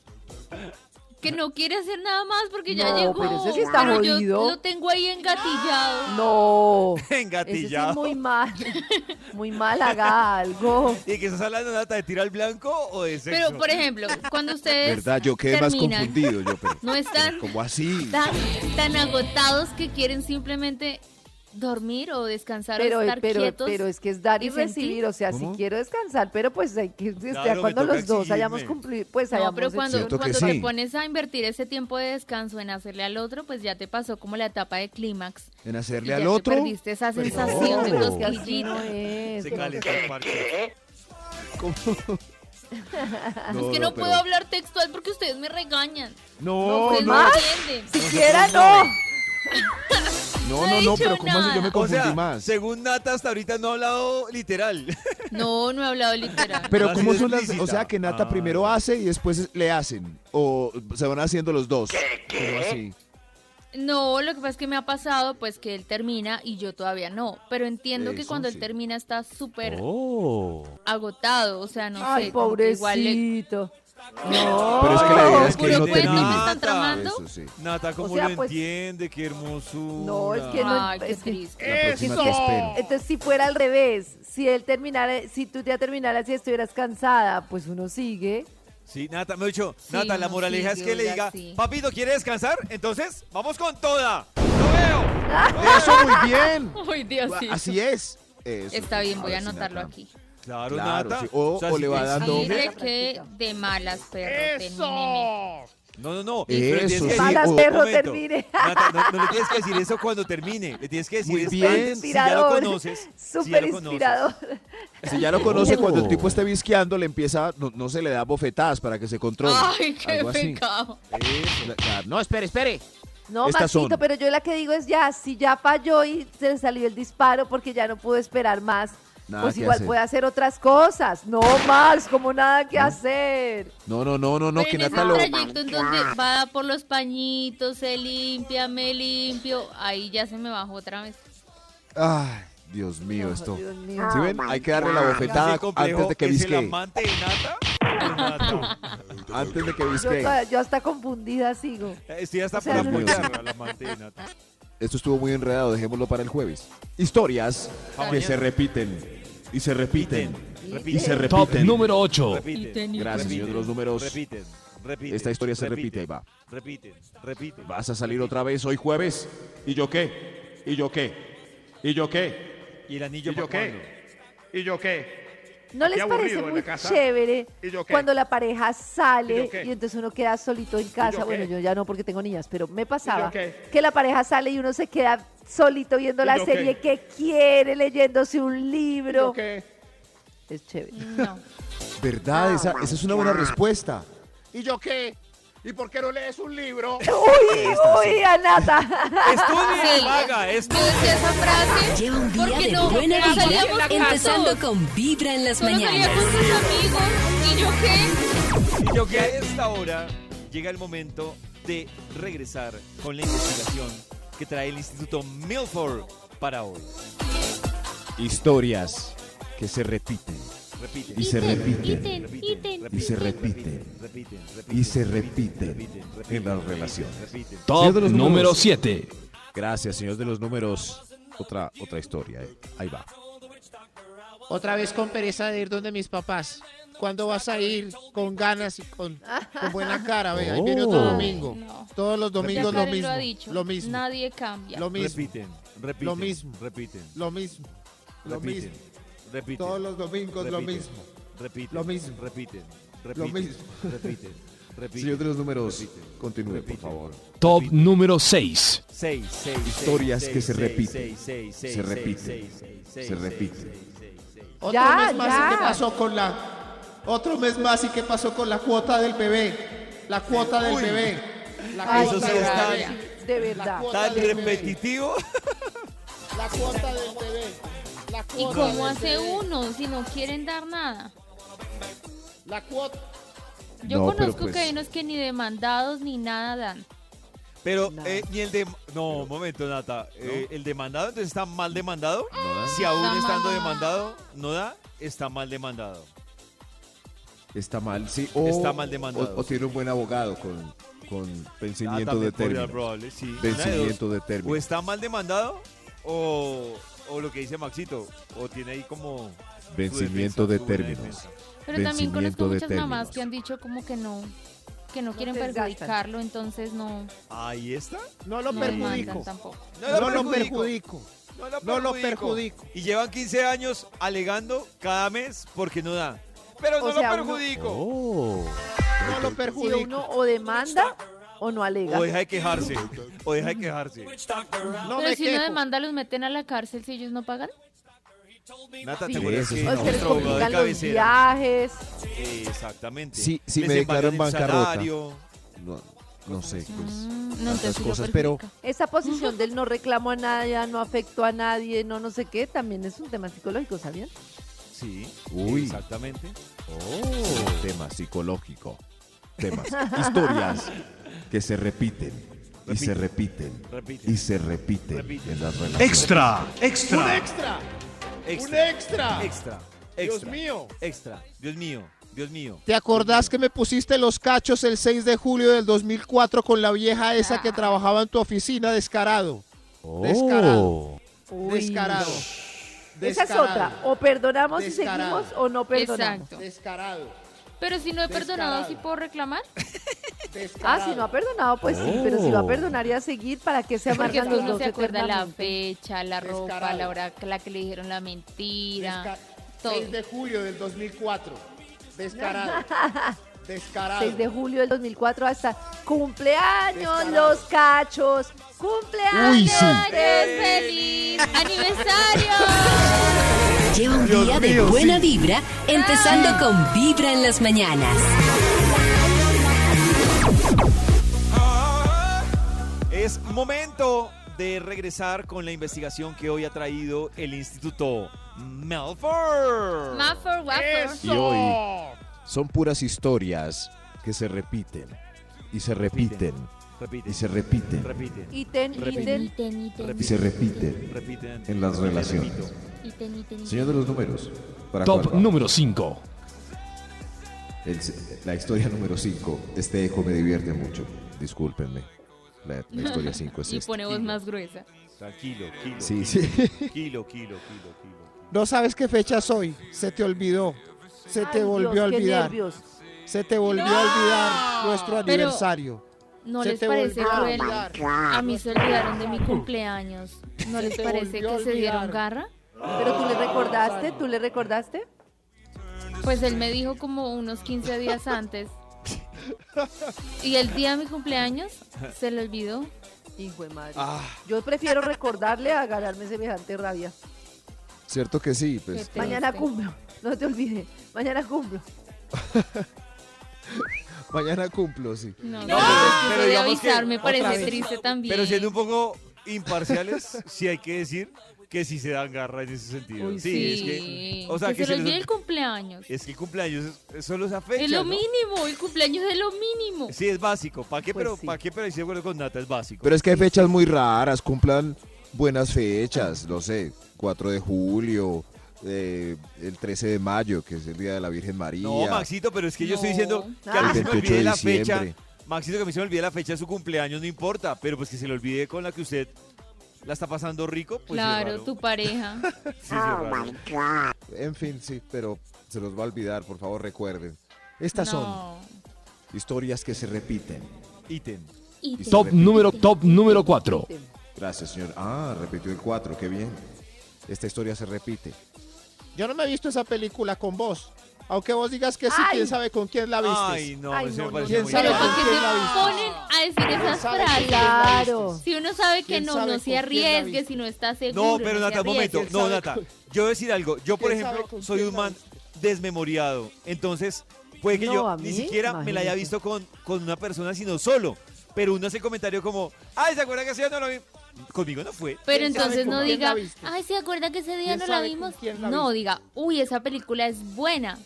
Speaker 3: Que no quiere hacer nada más porque ya
Speaker 4: No,
Speaker 3: llegó.
Speaker 4: pero ese sí está
Speaker 3: Pero yo
Speaker 4: jodido.
Speaker 3: lo tengo ahí engatillado.
Speaker 4: No. Ese sí es
Speaker 1: Engatillado.
Speaker 4: muy mal. Muy mal, haga algo.
Speaker 1: ¿Y que estás hablando, Nata, de tiro al blanco o de sexo?
Speaker 3: Pero, por ejemplo, cuando ustedes
Speaker 2: ¿Verdad? Yo quedé más
Speaker 3: terminan,
Speaker 2: confundido, yo, pero,
Speaker 3: No están
Speaker 2: pero ¿Cómo así?
Speaker 3: tan, tan agotados que quieren simplemente dormir o descansar
Speaker 4: Pero,
Speaker 3: o estar
Speaker 4: pero,
Speaker 3: quietos.
Speaker 4: pero es que es dar y,
Speaker 3: y sentir.
Speaker 4: recibir. O sea,
Speaker 2: ¿Cómo?
Speaker 4: si quiero descansar, pero pues hay que
Speaker 1: Claro,
Speaker 4: ya
Speaker 1: me
Speaker 4: cuando
Speaker 1: toca
Speaker 4: los dos
Speaker 1: exigirme.
Speaker 4: hayamos cumplido, pues
Speaker 3: no,
Speaker 4: hayamos
Speaker 3: pero cuando,
Speaker 2: Siento que
Speaker 3: cuando
Speaker 2: sí.
Speaker 3: te pones a invertir ese tiempo de descanso en hacerle al otro, pues ya te pasó como la etapa de clímax.
Speaker 2: ¿En
Speaker 3: Y
Speaker 2: hacerle
Speaker 3: ya
Speaker 2: al
Speaker 3: te
Speaker 2: otro?
Speaker 3: perdiste esa
Speaker 2: Pero
Speaker 3: sensación de
Speaker 2: no.
Speaker 4: Es que así no
Speaker 3: cosquillita.
Speaker 4: es.
Speaker 1: Se calentó el parche.
Speaker 3: Es que no puedo hablar textual porque ustedes me regañan.
Speaker 2: No,
Speaker 3: ustedes
Speaker 2: no,
Speaker 3: no
Speaker 4: ¿más?
Speaker 3: entienden.
Speaker 4: Siquiera no.
Speaker 2: no,
Speaker 3: no
Speaker 2: no,
Speaker 3: he
Speaker 2: no,
Speaker 3: dicho
Speaker 2: pero ¿cómo así? Yo me
Speaker 3: nada.
Speaker 1: O
Speaker 2: confundí
Speaker 1: sea,
Speaker 2: más.
Speaker 1: según Nata, hasta ahorita no ha hablado literal.
Speaker 3: No, no he hablado literal.
Speaker 2: Pero
Speaker 1: Ha
Speaker 2: ¿cómo
Speaker 1: sido
Speaker 2: son las...? O
Speaker 1: explícita.
Speaker 2: sea, que Nata
Speaker 1: Ah.
Speaker 2: primero hace y después le hacen. O se van haciendo los dos. Pero así.
Speaker 3: No, lo que pasa es que me ha pasado pues que él termina y yo todavía no. Pero entiendo que
Speaker 2: Eso
Speaker 3: cuando
Speaker 2: sí. Oh.
Speaker 3: él termina está súper agotado. O sea, no
Speaker 4: Ay,
Speaker 3: sé. como que igual le-
Speaker 4: pobrecito. No.
Speaker 2: Pero es que la idea es que
Speaker 3: Puro
Speaker 2: él no
Speaker 3: cuento, pues, me
Speaker 2: termine.
Speaker 3: están tramando.
Speaker 2: Eso sí.
Speaker 1: Nata, ¿cómo
Speaker 4: sea,
Speaker 1: lo
Speaker 4: pues-
Speaker 1: entiende? Qué hermosura.
Speaker 4: No, es que no.
Speaker 3: Ay, qué
Speaker 4: es que-
Speaker 3: triste.
Speaker 2: La próxima te
Speaker 6: ¡Eso!
Speaker 2: espero.
Speaker 4: Entonces, si fuera al revés, si él terminara, si tú ya terminaras y estuvieras cansada, pues uno sigue.
Speaker 1: Sí, Nata, me he dicho,
Speaker 3: Sí,
Speaker 1: Nata, la
Speaker 3: no,
Speaker 1: moraleja
Speaker 3: sí,
Speaker 1: es que le diga,
Speaker 3: oiga, sí.
Speaker 1: papito, ¿quiere descansar? Entonces, vamos con toda. ¡Lo veo!
Speaker 2: Eso muy bien.
Speaker 3: Ay, Dios, sí.
Speaker 2: Así es. Eso.
Speaker 3: Está bien, voy a
Speaker 2: ver si
Speaker 3: anotarlo
Speaker 2: Nata-
Speaker 3: aquí.
Speaker 1: Claro,
Speaker 2: Claro,
Speaker 1: Nata.
Speaker 2: sí. O- o
Speaker 1: si
Speaker 2: le va
Speaker 1: te
Speaker 2: dando-
Speaker 1: exiges-
Speaker 3: Dice que de malas, perro. termíneme.
Speaker 6: ¡Eso!
Speaker 1: No, no, no.
Speaker 2: Eso
Speaker 1: pero le tienes que
Speaker 2: sí.
Speaker 1: decir-
Speaker 2: Malas,
Speaker 1: un
Speaker 4: perro,
Speaker 1: momento.
Speaker 4: termine.
Speaker 1: Nata, no, no le tienes que decir eso cuando termine. Le tienes que decir
Speaker 2: Muy
Speaker 1: es
Speaker 2: bien.
Speaker 1: antes, si ya lo
Speaker 4: Inspirador.
Speaker 1: conoces. si ya
Speaker 4: Súper
Speaker 1: lo conoces.
Speaker 4: inspirador.
Speaker 2: Si ya lo conoce,
Speaker 3: Uh.
Speaker 7: Oh.
Speaker 2: cuando el tipo esté visqueando, le empieza, no, no se le da bofetadas para que se controle.
Speaker 3: Ay, qué
Speaker 2: Algo así.
Speaker 3: pecado.
Speaker 2: Eso, la- No, espere, espere.
Speaker 4: No,
Speaker 2: Estas
Speaker 4: Maxito,
Speaker 2: son.
Speaker 4: pero yo la que digo es ya, si ya falló y se le salió el disparo porque ya no pudo esperar más,
Speaker 2: Nada
Speaker 4: pues
Speaker 2: que
Speaker 4: igual
Speaker 2: hacer.
Speaker 4: puede hacer otras cosas. No, Max, como nada que hacer.
Speaker 2: No, no, no, no, no,
Speaker 3: Pero
Speaker 2: que
Speaker 3: en ese
Speaker 2: Nata lo.
Speaker 3: trayecto en donde va por los pañitos, se limpia, me limpio, ahí ya se me bajó otra vez.
Speaker 2: Ay, Dios mío,
Speaker 4: No,
Speaker 2: esto.
Speaker 4: Dios mío.
Speaker 2: ¿Sí ven? Hay que darle la
Speaker 1: Así
Speaker 2: bofetada
Speaker 1: el complejo
Speaker 2: antes de que
Speaker 1: es el
Speaker 2: visquee.
Speaker 1: amante de Nata. Nata.
Speaker 2: Antes de que
Speaker 4: Yo,
Speaker 2: visquee.
Speaker 4: toda- yo hasta confundida sigo.
Speaker 1: Estoy hasta
Speaker 4: O sea,
Speaker 1: por
Speaker 2: no-
Speaker 1: apoyarla, la amante de Nata.
Speaker 2: Esto estuvo muy enredado, dejémoslo para el jueves. Historias que se repiten y se repiten y se
Speaker 7: Top
Speaker 2: repiten.
Speaker 7: número 8.
Speaker 1: Repiten.
Speaker 2: Gracias, señor de los números.
Speaker 1: Repiten, repiten.
Speaker 2: Esta historia se repite, ahí
Speaker 1: repiten,
Speaker 2: va.
Speaker 1: Repiten, repiten.
Speaker 2: ¿Vas a salir otra vez hoy jueves? ¿Y yo qué? ¿Y yo qué? ¿Y yo qué?
Speaker 1: ¿Y el anillo
Speaker 2: ¿Y yo
Speaker 1: para
Speaker 2: qué?
Speaker 1: cuándo?
Speaker 2: ¿Y yo qué?
Speaker 4: ¿No les
Speaker 5: Qué
Speaker 4: parece
Speaker 5: aburrido en
Speaker 4: muy
Speaker 5: la casa.
Speaker 4: chévere
Speaker 5: ¿Y yo qué?
Speaker 4: cuando la pareja
Speaker 5: ¿Y
Speaker 4: sale
Speaker 5: yo qué?
Speaker 4: y entonces uno queda solito en casa?
Speaker 5: yo
Speaker 4: Bueno,
Speaker 5: qué?
Speaker 4: yo ya no porque tengo niñas, pero me pasaba
Speaker 5: qué?
Speaker 4: que la pareja sale y uno se queda solito viendo
Speaker 5: ¿Y
Speaker 4: la
Speaker 5: yo qué?
Speaker 4: serie que quiere, leyéndose un
Speaker 5: Pero
Speaker 4: libro.
Speaker 5: que
Speaker 4: Es chévere.
Speaker 1: Mm.
Speaker 3: No.
Speaker 7: ¿Verdad? Esa, esa es una buena respuesta.
Speaker 6: ¿Y yo qué? ¿Y por qué no lees un libro?
Speaker 4: ¡Uy, uy, Anata!
Speaker 1: Estudie,
Speaker 3: Sí.
Speaker 1: vaga,
Speaker 3: Yo
Speaker 1: estudie.
Speaker 3: decía esa frase.
Speaker 8: Lleva un día
Speaker 3: porque
Speaker 8: de
Speaker 3: no,
Speaker 8: buena
Speaker 3: no
Speaker 8: vibra,
Speaker 3: salíamos con
Speaker 8: empezando
Speaker 3: todos.
Speaker 8: con Vibra en las
Speaker 3: Solo salía con
Speaker 8: mañanas.
Speaker 3: sus amigos. ¿Y yo qué?
Speaker 1: Y yo que a esta hora llega el momento de regresar con la investigación que trae el Instituto Milford para hoy.
Speaker 2: Historias que se repiten
Speaker 1: Repite.
Speaker 2: y se repiten
Speaker 3: Repiten,
Speaker 2: y se repiten
Speaker 1: repiten, repiten,
Speaker 2: y se repiten
Speaker 1: repiten,
Speaker 2: en
Speaker 1: repiten,
Speaker 2: las relaciones.
Speaker 1: repiten.
Speaker 2: Señor
Speaker 9: Top
Speaker 2: de los números.
Speaker 9: número 7.
Speaker 2: Gracias, señor de los números. Otra, otra historia. eh. Ahí va.
Speaker 6: Otra vez con pereza de ir donde mis papás. ¿Cuándo vas a ir? Con ganas y con, con buena cara, ve. Ahí viene otro
Speaker 2: Oh.
Speaker 6: domingo.
Speaker 3: No.
Speaker 6: Todos los
Speaker 3: Ya
Speaker 6: domingos lo
Speaker 3: Karen
Speaker 6: mismo.
Speaker 3: ha dicho.
Speaker 6: Lo mismo.
Speaker 3: Nadie cambia.
Speaker 6: Lo mismo.
Speaker 1: Repiten, repiten,
Speaker 6: Lo mismo.
Speaker 1: repiten,
Speaker 6: Lo mismo. Lo
Speaker 1: repiten,
Speaker 6: mismo.
Speaker 1: repiten,
Speaker 6: Todos los domingos lo
Speaker 1: repiten,
Speaker 6: mismo.
Speaker 1: repiten,
Speaker 6: Lo mismo.
Speaker 1: repiten, repiten,
Speaker 6: Lo mismo.
Speaker 1: repiten, repiten.
Speaker 2: Señor de los números, continúe, por
Speaker 1: Repite.
Speaker 2: favor.
Speaker 9: Top número 6.
Speaker 1: Seis, seis,
Speaker 2: Historias
Speaker 1: seis,
Speaker 2: que
Speaker 1: seis,
Speaker 2: se
Speaker 1: seis,
Speaker 2: repiten.
Speaker 1: seis, seis, seis,
Speaker 2: Se
Speaker 1: seis,
Speaker 2: repiten.
Speaker 1: seis, seis, seis,
Speaker 2: Se
Speaker 1: seis,
Speaker 2: repiten.
Speaker 1: seis, seis, seis.
Speaker 6: Otro
Speaker 4: Ya,
Speaker 6: mes más y
Speaker 4: ya.
Speaker 6: qué pasó con la. Otro mes más y qué pasó con la cuota del bebé. La cuota del bebé. La
Speaker 4: Ay,
Speaker 1: Eso
Speaker 6: cuota
Speaker 1: sí
Speaker 6: del
Speaker 1: está-
Speaker 6: bebé.
Speaker 4: Karen, de verdad.
Speaker 6: cuota
Speaker 1: Tan
Speaker 6: del bebé.
Speaker 1: repetitivo.
Speaker 6: La cuota del bebé. La
Speaker 3: ¿Y
Speaker 6: cuota
Speaker 3: cómo
Speaker 6: del
Speaker 3: hace
Speaker 6: bebé.
Speaker 3: uno si no quieren dar nada?
Speaker 6: La cuota.
Speaker 3: Yo
Speaker 2: No, pero
Speaker 3: conozco
Speaker 2: pues-
Speaker 3: que hay unos que ni demandados ni nada dan.
Speaker 1: Pero, eh, ni el de. No, un momento, Nata. Eh, ¿El demandado entonces está mal demandado? Si aún
Speaker 3: Está
Speaker 1: estando
Speaker 3: mal.
Speaker 1: demandado no da, está mal demandado.
Speaker 2: Está mal, sí. O,
Speaker 1: Está mal demandado.
Speaker 2: O, o tiene un buen abogado con, con
Speaker 1: Ah,
Speaker 2: vencimiento de
Speaker 1: también podría Pues,
Speaker 2: términos.
Speaker 1: probable, sí. Una de dos.
Speaker 2: Vencimiento de
Speaker 1: O
Speaker 2: términos.
Speaker 1: está mal demandado, o, o lo que dice Maxito, o tiene ahí como. su
Speaker 2: Vencimiento
Speaker 1: defensa,
Speaker 2: de
Speaker 1: su buena
Speaker 2: términos.
Speaker 1: defensa.
Speaker 3: Pero también
Speaker 2: Vencimiento
Speaker 3: conozco
Speaker 2: de
Speaker 3: muchas mamás
Speaker 2: términos.
Speaker 3: que han dicho como que no, que no quieren
Speaker 4: te desgastan.
Speaker 3: perjudicarlo, entonces no,
Speaker 1: Ahí está.
Speaker 6: No
Speaker 3: no
Speaker 6: lo
Speaker 3: demandan
Speaker 6: perjudico.
Speaker 3: tampoco.
Speaker 6: No lo perjudico. No lo perjudico.
Speaker 1: Y llevan 15 años alegando cada mes porque no da. Pero no
Speaker 4: O
Speaker 1: lo
Speaker 4: sea, uno-
Speaker 1: perjudico.
Speaker 5: Oh.
Speaker 6: No lo
Speaker 4: Si
Speaker 6: perjudico.
Speaker 4: uno o demanda o no alega.
Speaker 1: O deja de quejarse. O deja de quejarse.
Speaker 6: No
Speaker 3: Pero
Speaker 6: me
Speaker 3: si uno
Speaker 6: quejo.
Speaker 3: demanda, los meten a la cárcel si ellos no pagan.
Speaker 1: Nata, ¿te
Speaker 2: Sí,
Speaker 1: acuerdas
Speaker 2: eso
Speaker 1: que
Speaker 2: sí.
Speaker 4: O es que les
Speaker 1: nuestro abogado de
Speaker 4: complican los
Speaker 1: cabecera?
Speaker 4: viajes.
Speaker 1: Eh, Exactamente.
Speaker 2: Sí, sí,
Speaker 1: Les
Speaker 2: me declaro en
Speaker 1: embargan el
Speaker 2: bancarrota.
Speaker 1: salario.
Speaker 2: No, no sé, pues.
Speaker 3: Mm, no,
Speaker 2: tantas
Speaker 3: entonces sí lo
Speaker 2: cosas, pero-
Speaker 3: perjudica.
Speaker 4: Esa posición del no reclamo a nadie, no afecto a nadie, no no sé qué, también es un tema psicológico, ¿sabían?
Speaker 1: Sí,
Speaker 2: Uy. Oh.
Speaker 1: exactamente.
Speaker 2: Tema psicológico. Temas. Historias que se repiten. Y se repiten.
Speaker 1: Repiten.
Speaker 2: Y se repiten
Speaker 1: Repiten.
Speaker 2: en las relaciones.
Speaker 9: Extra,
Speaker 6: Un
Speaker 9: extra.
Speaker 6: extra. Un
Speaker 1: Extra.
Speaker 6: extra.
Speaker 1: Extra.
Speaker 6: Dios
Speaker 1: extra,
Speaker 6: mío.
Speaker 1: Extra. Dios mío. Dios mío.
Speaker 6: ¿Te acordás que me pusiste los cachos el 6 de julio del 2004 con la vieja esa que trabajaba en tu oficina descarado?
Speaker 1: Oh.
Speaker 6: Descarado. Descarado.
Speaker 4: Esa es
Speaker 6: Descarado.
Speaker 4: otra. O perdonamos y
Speaker 6: Descarado.
Speaker 4: seguimos o no perdonamos.
Speaker 3: Exacto.
Speaker 6: Descarado.
Speaker 3: Pero si no he perdonado, ¿sí
Speaker 6: Descarado.
Speaker 3: puedo reclamar?
Speaker 4: Ah,
Speaker 6: Descarado.
Speaker 4: si Ah, no ha perdonado, pues sí, pero si va a perdonar y a seguir, ¿para qué se
Speaker 3: Porque es
Speaker 4: amargan
Speaker 3: que
Speaker 4: los
Speaker 3: uno
Speaker 4: dos
Speaker 3: se acuerda la
Speaker 4: eternamente?
Speaker 3: fecha, la ropa,
Speaker 6: Descarado.
Speaker 3: la hora, la que le dijeron la mentira,
Speaker 6: Desca-
Speaker 3: todo.
Speaker 6: 6 de julio del 2004. Descarado. Descarado.
Speaker 4: 6 de julio del 2004 hasta cumpleaños,
Speaker 6: Descarado.
Speaker 4: los cachos, cumpleaños.
Speaker 2: Uy, sí.
Speaker 3: ¡Cumpleaños feliz! ¡Aniversario!
Speaker 8: Lleva un día de buena vibra, empezando
Speaker 3: Ah.
Speaker 8: con Vibra en las mañanas.
Speaker 1: Es momento de regresar con la investigación que hoy ha traído el Instituto Melford.
Speaker 3: Maffer, wafer.
Speaker 2: Y hoy son puras historias que se repiten. Y se repiten.
Speaker 1: Repiten.
Speaker 2: Y se repiten.
Speaker 1: Repiten.
Speaker 4: Iten, iten.
Speaker 2: Y se repiten.
Speaker 1: Repiten.
Speaker 2: En las relaciones.
Speaker 1: Repito.
Speaker 2: Señor de los números. ¿para
Speaker 9: Top
Speaker 2: cuál va?
Speaker 9: número 5.
Speaker 2: El se- la historia número 5. Este eco me divierte mucho. Discúlpenme. La, la historia 5 Pues es
Speaker 3: Y
Speaker 2: esta.
Speaker 3: pone voz más gruesa.
Speaker 1: Tranquilo, kilo.
Speaker 2: Sí,
Speaker 1: kilo,
Speaker 2: sí.
Speaker 1: Kilo, kilo, kilo, kilo.
Speaker 6: No sabes qué fecha soy. Se te olvidó. Se te
Speaker 4: Ay,
Speaker 6: volvió
Speaker 4: Dios,
Speaker 6: a
Speaker 4: qué
Speaker 6: olvidar.
Speaker 4: nervios.
Speaker 6: Se te volvió a olvidar nuestro
Speaker 3: Pero-
Speaker 6: aniversario.
Speaker 3: ¿No
Speaker 6: Se
Speaker 3: les
Speaker 6: te
Speaker 3: parece
Speaker 6: volvió a
Speaker 3: cruel?
Speaker 6: olvidar.
Speaker 3: A mí se olvidaron de mi cumpleaños. ¿No
Speaker 6: Se
Speaker 3: les
Speaker 6: te
Speaker 3: parece
Speaker 6: volvió a
Speaker 3: que se dieron
Speaker 6: olvidar.
Speaker 3: garra?
Speaker 4: Pero tú le recordaste, tú le recordaste.
Speaker 3: Pues él me dijo como unos 15 días antes. Y el día de mi cumpleaños se le olvidó.
Speaker 4: Hijo de madre.
Speaker 1: Ah,
Speaker 4: Yo prefiero recordarle a ganarme semejante rabia.
Speaker 2: Cierto que sí,
Speaker 3: Qué
Speaker 2: pues.
Speaker 4: Mañana
Speaker 3: triste.
Speaker 4: cumplo. No te olvides. Mañana cumplo.
Speaker 2: Mañana cumplo, sí.
Speaker 3: No, pues
Speaker 1: No,
Speaker 3: no,
Speaker 1: pero
Speaker 3: de
Speaker 1: digamos
Speaker 3: avisar,
Speaker 1: que
Speaker 3: me
Speaker 1: otra
Speaker 3: parece
Speaker 1: vez.
Speaker 3: triste también.
Speaker 1: pero siendo un poco imparciales, sí hay que decir que sí se dan garra en ese sentido.
Speaker 4: Uy,
Speaker 1: sí, es que. O sea, que,
Speaker 3: se le
Speaker 1: les-
Speaker 3: olvide el cumpleaños.
Speaker 1: Es que el cumpleaños es- es solo esa fecha.
Speaker 3: Es lo
Speaker 1: ¿no?
Speaker 3: mínimo, el cumpleaños es lo mínimo.
Speaker 1: Sí, es básico. ¿Para qué?
Speaker 4: Pues
Speaker 1: pero,
Speaker 4: sí.
Speaker 1: ¿Para qué? Pero estoy de acuerdo con Nata, es básico.
Speaker 2: Pero es que hay fechas muy raras, cumplan buenas fechas, no sé, 4 de julio, eh, el 13 de mayo, que es el Día de la Virgen María.
Speaker 1: no, Maxito, pero es que yo estoy
Speaker 3: No.
Speaker 1: diciendo que a
Speaker 4: Ah.
Speaker 1: mí se me
Speaker 2: 28 de
Speaker 1: olvide la fecha.
Speaker 2: diciembre.
Speaker 1: Maxito, que a mí se me olvide la fecha de su cumpleaños, no importa. Pero pues que se le olvide con la que usted la está pasando rico, pues.
Speaker 3: claro, tu pareja.
Speaker 1: Sí, sí, es raro.
Speaker 2: En fin, sí, pero se los va a olvidar, por favor recuerden. Estas son
Speaker 3: no.
Speaker 2: historias que se repiten.
Speaker 1: Ítem.
Speaker 3: Y te-
Speaker 5: Top número, top número 4.
Speaker 2: Gracias, señor. Ah, repitió el 4, qué bien. Esta historia se repite.
Speaker 6: Yo no me he visto esa película con vos. Aunque vos digas que sí,
Speaker 4: Ay.
Speaker 6: quién sabe con quién la viste.
Speaker 1: Ay, no,
Speaker 4: Ay,
Speaker 1: eso
Speaker 4: no,
Speaker 1: me
Speaker 4: no,
Speaker 1: parece
Speaker 6: ¿Quién
Speaker 1: muy
Speaker 6: sabe
Speaker 3: Pero
Speaker 1: mal.
Speaker 3: ¿por qué
Speaker 6: Pues, quién
Speaker 3: se
Speaker 6: la
Speaker 3: ponen
Speaker 6: viste?
Speaker 3: a decir esas
Speaker 6: sabe con quién
Speaker 3: frases?
Speaker 6: la
Speaker 4: Claro.
Speaker 3: Si uno sabe que
Speaker 6: ¿Quién
Speaker 3: no,
Speaker 6: sabe
Speaker 3: no
Speaker 6: con
Speaker 3: se
Speaker 6: quién la
Speaker 3: arriesgue,
Speaker 6: viste?
Speaker 3: si no está seguro.
Speaker 1: No, pero Nata, un momento.
Speaker 6: ¿Quién
Speaker 1: No,
Speaker 6: sabe
Speaker 1: Nata.
Speaker 6: con-
Speaker 1: Yo voy a decir algo. Yo, por
Speaker 6: ¿Quién sabe
Speaker 1: ejemplo,
Speaker 6: con
Speaker 1: soy
Speaker 6: quién
Speaker 1: un
Speaker 6: la
Speaker 1: man
Speaker 6: viste?
Speaker 1: desmemoriado. Entonces, puede que
Speaker 4: No,
Speaker 1: yo
Speaker 4: a
Speaker 1: ni
Speaker 4: mí,
Speaker 1: siquiera me la haya
Speaker 4: imagínate.
Speaker 1: visto con, con una persona, sino solo. Pero uno hace comentario como, ay, ¿se acuerda que ese día no lo vi? Conmigo no fue.
Speaker 3: Pero
Speaker 6: ¿Quién sabe
Speaker 3: entonces
Speaker 6: con
Speaker 3: no
Speaker 6: quién
Speaker 3: diga,
Speaker 6: la viste?
Speaker 3: ay, ¿se acuerda que ese día
Speaker 6: ¿Quién
Speaker 3: no la
Speaker 6: sabe con
Speaker 3: vimos?
Speaker 6: quién la
Speaker 3: no,
Speaker 6: viste?
Speaker 3: diga, uy, esa película es buena.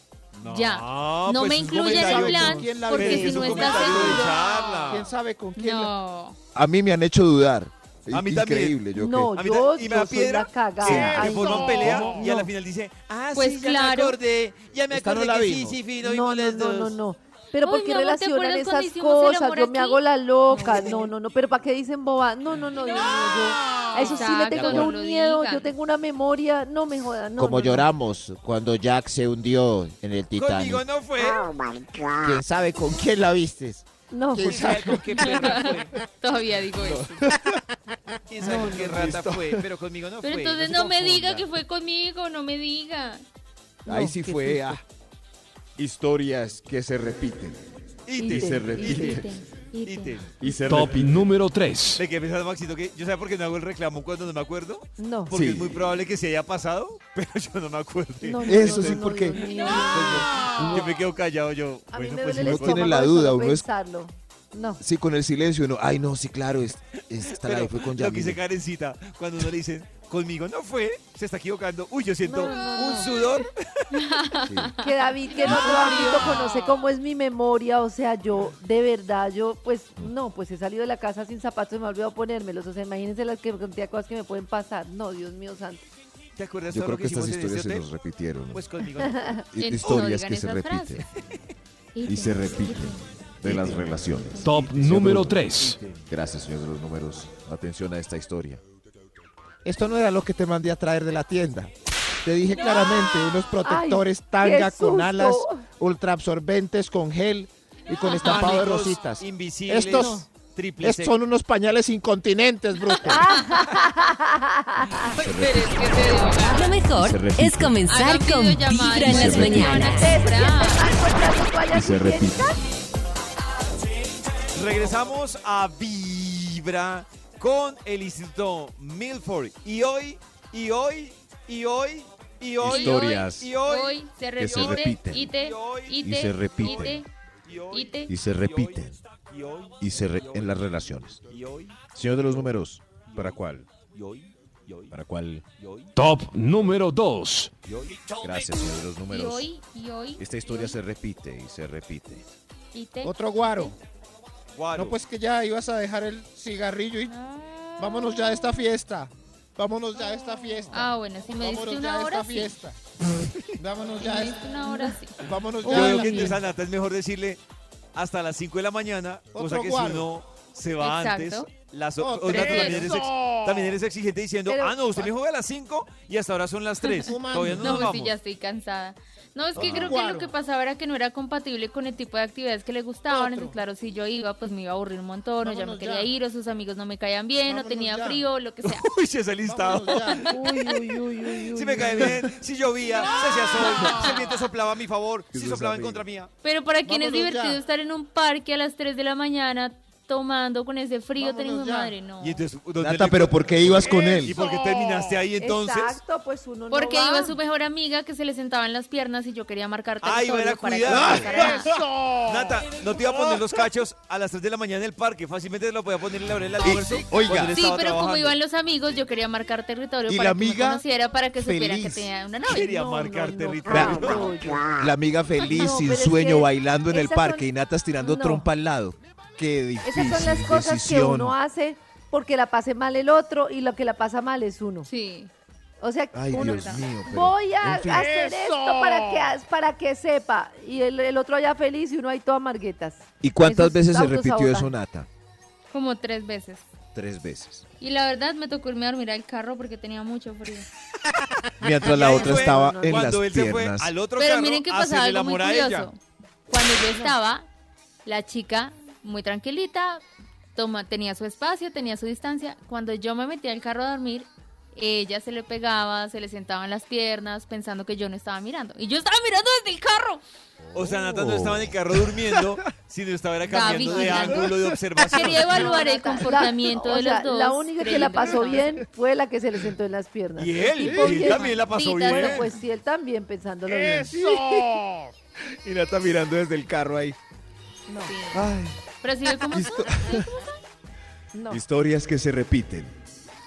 Speaker 1: No,
Speaker 3: Ya. No
Speaker 1: pues
Speaker 3: me
Speaker 1: es un
Speaker 3: incluye en el
Speaker 1: comentario
Speaker 3: plan,
Speaker 1: como-
Speaker 6: ¿Quién la
Speaker 3: porque
Speaker 1: pero
Speaker 3: si
Speaker 6: viste?
Speaker 1: es un
Speaker 3: no está
Speaker 1: comentario de
Speaker 3: seguro.
Speaker 1: charla.
Speaker 6: ¿Quién sabe con quién la
Speaker 3: No.
Speaker 2: A mí me han hecho dudar.
Speaker 1: A mí también.
Speaker 2: Increíble, yo
Speaker 4: No,
Speaker 2: que-
Speaker 1: A mí
Speaker 4: yo,
Speaker 1: ta- y me da
Speaker 4: yo soy
Speaker 1: piedra.
Speaker 4: la cagada.
Speaker 2: Sí,
Speaker 1: Que
Speaker 4: Ay,
Speaker 1: forman
Speaker 4: no.
Speaker 1: pelea y a la
Speaker 4: No.
Speaker 1: final dice, ah,
Speaker 3: Pues
Speaker 1: sí, ya me
Speaker 3: claro.
Speaker 1: acordé, ya me
Speaker 6: Esta no
Speaker 1: acordé
Speaker 6: la
Speaker 1: que sí,
Speaker 6: vimos.
Speaker 1: sí, sí, no
Speaker 4: No,
Speaker 1: vimos
Speaker 4: no,
Speaker 1: las
Speaker 4: no,
Speaker 1: dos.
Speaker 4: no, no. Pero
Speaker 3: Uy,
Speaker 4: ¿por
Speaker 3: mi
Speaker 4: qué
Speaker 3: amor, ¿te
Speaker 4: relacionan
Speaker 3: acuerdas cuando
Speaker 4: esas
Speaker 3: hicimos el
Speaker 4: cosas?
Speaker 3: amor
Speaker 4: Yo me
Speaker 3: aquí?
Speaker 4: hago la loca. No, no, no. Pero ¿para qué dicen boba? No, no, no. yo- yo- a eso sí le
Speaker 3: Exacto,
Speaker 4: tengo
Speaker 3: no
Speaker 4: yo un
Speaker 3: lo
Speaker 4: miedo.
Speaker 3: digan.
Speaker 4: Yo tengo una memoria. No me jodan. No,
Speaker 10: Como
Speaker 4: no, no.
Speaker 10: lloramos cuando Jack se hundió en el
Speaker 1: Conmigo
Speaker 10: Titanic.
Speaker 1: no fue.
Speaker 10: ¿Quién sabe con quién la vistes?
Speaker 4: No,
Speaker 1: ¿Quién sabe con qué perra fue?
Speaker 3: Todavía digo eso.
Speaker 1: ¿Quién sabe con qué rata fue? Pero conmigo no
Speaker 3: Pero
Speaker 1: fue.
Speaker 3: entonces
Speaker 1: se
Speaker 3: no me diga
Speaker 1: confunda.
Speaker 3: que fue conmigo, no me diga.
Speaker 11: Ahí
Speaker 4: No,
Speaker 11: sí
Speaker 4: qué
Speaker 11: fue.
Speaker 4: susto.
Speaker 11: ah.
Speaker 2: Historias que se repiten.
Speaker 1: Ítem.
Speaker 2: Y se
Speaker 3: Ítem,
Speaker 2: repiten.
Speaker 3: ítem.
Speaker 1: Ítem.
Speaker 2: Y se
Speaker 5: Top número 3.
Speaker 1: ¿De qué pensás, Maxito? que ¿Yo sabes por qué no hago el reclamo cuando no me acuerdo?
Speaker 4: no.
Speaker 1: Porque
Speaker 2: Sí.
Speaker 1: es muy probable que se haya pasado, pero yo no me acuerdo.
Speaker 4: no, no,
Speaker 2: Eso
Speaker 4: no,
Speaker 2: sí,
Speaker 4: no,
Speaker 2: porque-
Speaker 4: Dios mío.
Speaker 1: Yo me quedo callado yo.
Speaker 4: A mí
Speaker 1: bueno, pues
Speaker 4: me duele
Speaker 1: sí
Speaker 4: el
Speaker 1: me
Speaker 2: uno
Speaker 1: acuerdo.
Speaker 2: tiene
Speaker 4: estómago
Speaker 2: la
Speaker 4: de
Speaker 2: duda,
Speaker 4: solo
Speaker 2: uno es-
Speaker 4: pensarlo. No.
Speaker 2: Sí, con el silencio uno, ay no, sí, claro, es, esta la
Speaker 1: Pero
Speaker 2: vi fue con
Speaker 1: lo que dice
Speaker 2: Yamile.
Speaker 1: Karencita, cuando uno le dice, conmigo no fue, se está equivocando. Uy, yo siento
Speaker 4: No, no,
Speaker 1: un sudor.
Speaker 4: que David, que en otro ámbito conoce cómo es mi memoria, o sea, yo de verdad, yo pues no, pues he salido de la casa sin zapatos, me he olvidado ponérmelos, o sea, imagínense las que cantidad de cosas que me pueden pasar, no, Dios mío santo.
Speaker 1: ¿Te acuerdas
Speaker 2: Yo creo
Speaker 1: todo lo
Speaker 2: que,
Speaker 1: que
Speaker 2: estas
Speaker 1: hicimos en este
Speaker 2: historias se
Speaker 1: hotel?
Speaker 2: nos repitieron. ¿no?
Speaker 1: Pues conmigo no.
Speaker 2: Y-
Speaker 3: en-
Speaker 2: historias
Speaker 3: no digan
Speaker 2: que se
Speaker 3: esas
Speaker 2: repiten. Y
Speaker 3: Ítem,
Speaker 2: se repiten de las relaciones.
Speaker 5: Top número 3.
Speaker 2: Gracias, señor de los números. Atención a esta historia.
Speaker 6: Esto no era lo que te mandé a traer de la tienda. Te dije claramente, unos protectores
Speaker 4: qué
Speaker 6: tanga con
Speaker 4: susto.
Speaker 6: alas, ultraabsorbentes con gel y con estampado de
Speaker 1: Abanicos
Speaker 6: rositas.
Speaker 1: Invisibles.
Speaker 6: Estos-
Speaker 1: triple
Speaker 6: Estos son unos pañales incontinentes, bruto.
Speaker 8: Lo mejor
Speaker 11: Se repite.
Speaker 8: es comenzar
Speaker 3: Hagan
Speaker 8: con
Speaker 3: videollamada
Speaker 8: Vibra en
Speaker 3: y
Speaker 8: las
Speaker 3: me van a
Speaker 8: mañanas.
Speaker 3: comprar.
Speaker 11: Y se repite.
Speaker 1: Regresamos a Vibra con el Instituto Milford. Y hoy, y hoy, y hoy, y hoy,
Speaker 2: Historias
Speaker 1: y hoy,
Speaker 3: Hoy se
Speaker 2: que se
Speaker 3: repite.
Speaker 2: repiten.
Speaker 3: Ite,
Speaker 1: Y hoy-
Speaker 3: ite,
Speaker 2: y se repiten.
Speaker 3: ite.
Speaker 1: y hoy,
Speaker 3: Ite.
Speaker 2: Y se repiten.
Speaker 1: y hoy,
Speaker 2: Y se re- en las relaciones.
Speaker 1: y hoy,
Speaker 2: Señor de los números, ¿para cuál?
Speaker 1: y hoy, y hoy,
Speaker 2: ¿Para cuál?
Speaker 1: y hoy,
Speaker 5: Top número 2.
Speaker 1: y hoy.
Speaker 2: Gracias, señor de los
Speaker 3: Y
Speaker 2: números.
Speaker 3: hoy, y hoy.
Speaker 2: Esta
Speaker 3: y
Speaker 2: historia
Speaker 3: hoy,
Speaker 2: se repite y se repite.
Speaker 3: ite.
Speaker 6: Otro guaro.
Speaker 1: Guaro.
Speaker 6: No, pues que ya ibas a dejar el cigarrillo y
Speaker 3: Ah.
Speaker 6: vámonos ya de esta fiesta. Vámonos ya de esta fiesta.
Speaker 3: Ah, bueno, si me diste
Speaker 6: Vámonos ya
Speaker 3: una
Speaker 6: de esta
Speaker 3: hora, sí.
Speaker 6: fiesta. Vámonos
Speaker 3: Si
Speaker 6: ya
Speaker 3: me
Speaker 6: de esta
Speaker 3: diste una hora, sí.
Speaker 6: Vámonos
Speaker 1: Yo
Speaker 6: ya.
Speaker 1: creo
Speaker 3: Ay,
Speaker 1: que
Speaker 3: bien.
Speaker 1: entre Sanata es mejor decirle hasta las 5 de la mañana,
Speaker 6: Otro
Speaker 1: cosa que si
Speaker 6: guaro.
Speaker 1: uno se va
Speaker 3: Exacto.
Speaker 1: antes, las o-
Speaker 6: Otro.
Speaker 1: o Nata, también, eres ex-
Speaker 6: ¡Eso!
Speaker 1: también eres exigente diciendo,
Speaker 4: Pero-
Speaker 1: ah, no, usted me juega a las 5 y hasta ahora son las 3.
Speaker 6: Fumando.
Speaker 1: Todavía no,
Speaker 3: No,
Speaker 1: nos
Speaker 3: pues sí,
Speaker 1: vamos.
Speaker 3: ya estoy cansada. No, es que
Speaker 12: Ah.
Speaker 3: creo que
Speaker 12: Cuaro.
Speaker 3: lo que pasaba era que no era compatible con el tipo de actividades que le gustaban. Entonces, claro, si yo iba, pues me iba a aburrir un montón, o ya me
Speaker 12: Vámonos
Speaker 3: quería
Speaker 12: ya.
Speaker 3: ir, o sus amigos no me caían bien, o tenía
Speaker 12: ya.
Speaker 3: frío, lo que sea.
Speaker 1: Uy, se ha listado. Si me cae bien, si llovía, si hacía sol, si el viento soplaba a mi favor, si soplaba en contra mía.
Speaker 3: Pero para quien es
Speaker 1: Vámonos
Speaker 3: divertido
Speaker 1: ya.
Speaker 3: estar en un parque a las 3 de la mañana tomando con ese frío, teniendo madre, no.
Speaker 1: Y entonces,
Speaker 2: Nata, pero ¿por qué ibas con él?
Speaker 1: ¿Y por qué terminaste ahí entonces?
Speaker 4: Exacto, pues uno no
Speaker 3: Porque
Speaker 4: va.
Speaker 3: iba su mejor amiga que se le sentaban las piernas y yo quería marcar
Speaker 1: Ay, va a ir a
Speaker 3: territorio para que
Speaker 1: cuidar.
Speaker 3: pasara nada.
Speaker 1: Nata, no te iba a poner los cachos a las 3 de la mañana en el parque. Fácilmente te lo podía poner en la hora del almuerzo. cuando él
Speaker 3: Sí,
Speaker 1: estaba
Speaker 3: pero como
Speaker 1: trabajando.
Speaker 3: iban los amigos, yo quería marcar territorio
Speaker 2: Y
Speaker 3: para
Speaker 2: la
Speaker 3: que me
Speaker 2: amiga,
Speaker 3: conociera, para que supiera que
Speaker 2: feliz.
Speaker 3: tenía una novia.
Speaker 1: Quería marcar
Speaker 2: Vea,
Speaker 1: territorio.
Speaker 2: La amiga feliz,
Speaker 4: No, pero
Speaker 2: sin
Speaker 4: es
Speaker 2: sueño,
Speaker 4: que
Speaker 2: bailando en el
Speaker 4: esas
Speaker 2: parque
Speaker 4: son-
Speaker 2: y Natas tirando
Speaker 4: no.
Speaker 2: trompa al lado. Qué difícil.
Speaker 4: Esas son las cosas que
Speaker 2: decisión.
Speaker 4: uno hace porque la pase mal el otro y lo que la pasa mal es uno.
Speaker 3: Sí.
Speaker 4: O sea,
Speaker 2: Ay,
Speaker 4: uno
Speaker 2: Dios mío, pero-
Speaker 4: voy a
Speaker 2: en fin.
Speaker 4: hacer esto para que, as- para que sepa. Y el, el otro allá feliz y uno ahí todo amarguetas.
Speaker 2: ¿Y cuántas
Speaker 4: Eso es
Speaker 2: veces se repitió
Speaker 4: autosabotaje.
Speaker 2: eso, Nata?
Speaker 3: Como tres veces.
Speaker 2: Tres veces.
Speaker 3: Y la verdad me tocó irme a dormir al carro porque tenía mucho frío.
Speaker 2: Mientras la
Speaker 1: Ahí
Speaker 2: otra
Speaker 1: fue
Speaker 2: estaba en las
Speaker 1: Cuando él se fue
Speaker 2: piernas.
Speaker 1: al otro
Speaker 3: Pero
Speaker 1: carro
Speaker 3: miren que
Speaker 1: a hacerle
Speaker 3: pasaba
Speaker 1: el
Speaker 3: algo muy
Speaker 1: amor a ella.
Speaker 3: curioso. Cuando yo estaba, la chica muy tranquilita, toma, tenía su espacio, tenía su distancia. Cuando yo me metía al carro a dormir, ella se le pegaba, se le sentaban las piernas, pensando que yo no estaba mirando. Y yo estaba mirando desde el carro.
Speaker 1: O sea, Nata
Speaker 2: Oh.
Speaker 1: no estaba en el carro durmiendo, sino estaba era
Speaker 3: Estaba
Speaker 1: cambiando de
Speaker 3: vigilando.
Speaker 1: ángulo de observación.
Speaker 3: Quería evaluar el
Speaker 4: La-
Speaker 3: comportamiento
Speaker 4: o
Speaker 3: de
Speaker 4: sea,
Speaker 3: los dos.
Speaker 4: La única que la
Speaker 3: creyendo
Speaker 4: pasó
Speaker 3: estaba-
Speaker 4: bien fue la que se le sentó en las piernas.
Speaker 1: Y
Speaker 4: El
Speaker 1: él,
Speaker 4: tipo
Speaker 1: y él
Speaker 4: que-
Speaker 1: también la pasó
Speaker 3: Tita,
Speaker 1: bien.
Speaker 4: Bueno, pues sí, él también pensándolo bien.
Speaker 5: ¡Eso!
Speaker 2: Y Nata mirando desde el carro ahí.
Speaker 3: Sí.
Speaker 2: Ay,
Speaker 3: Pero sigue como tú.
Speaker 4: No.
Speaker 2: historias que se repiten.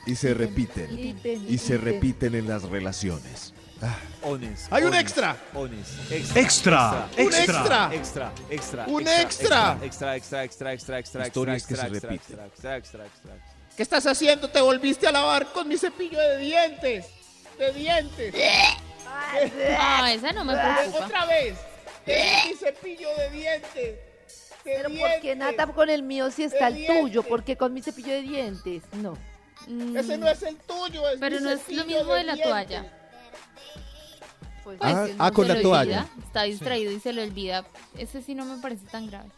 Speaker 2: Y se repiten.
Speaker 4: Quiten,
Speaker 2: Y se
Speaker 4: quiten.
Speaker 2: repiten en las relaciones.
Speaker 1: Ones,
Speaker 6: Hay un
Speaker 1: ones,
Speaker 6: extra.
Speaker 1: Ones.
Speaker 13: Extra,
Speaker 6: extra.
Speaker 1: Extra. Extra.
Speaker 6: Un
Speaker 1: Extra, extra, extra, extra, extra.
Speaker 2: Historias
Speaker 1: extra,
Speaker 2: que se
Speaker 1: extra,
Speaker 2: repiten.
Speaker 1: extra, extra, extra, extra, extra.
Speaker 6: ¿Qué estás haciendo? Te volviste a lavar con mi cepillo de dientes. De dientes.
Speaker 4: Eh,
Speaker 6: Eh,
Speaker 3: No, esa no me
Speaker 4: Ah,
Speaker 3: preocupa.
Speaker 6: Otra vez. Es mi cepillo de dientes. de
Speaker 4: Eh. Pero ¿por
Speaker 6: dientes.
Speaker 4: qué Nata con el mío si está
Speaker 6: De
Speaker 4: el tuyo?
Speaker 6: dientes.
Speaker 4: Porque con mi cepillo de dientes. No.
Speaker 3: Mm,
Speaker 6: Ese no es el tuyo. Es
Speaker 3: Pero
Speaker 6: mi
Speaker 3: no es lo
Speaker 6: cepillo
Speaker 3: mismo de la
Speaker 6: dientes.
Speaker 3: toalla. Pues,
Speaker 4: Pues,
Speaker 2: Ah,
Speaker 3: si
Speaker 2: ah,
Speaker 3: no
Speaker 2: con
Speaker 3: se
Speaker 2: la
Speaker 3: lo
Speaker 2: toalla.
Speaker 3: olvida, está distraído y se le olvida. Ese sí no me parece tan grave.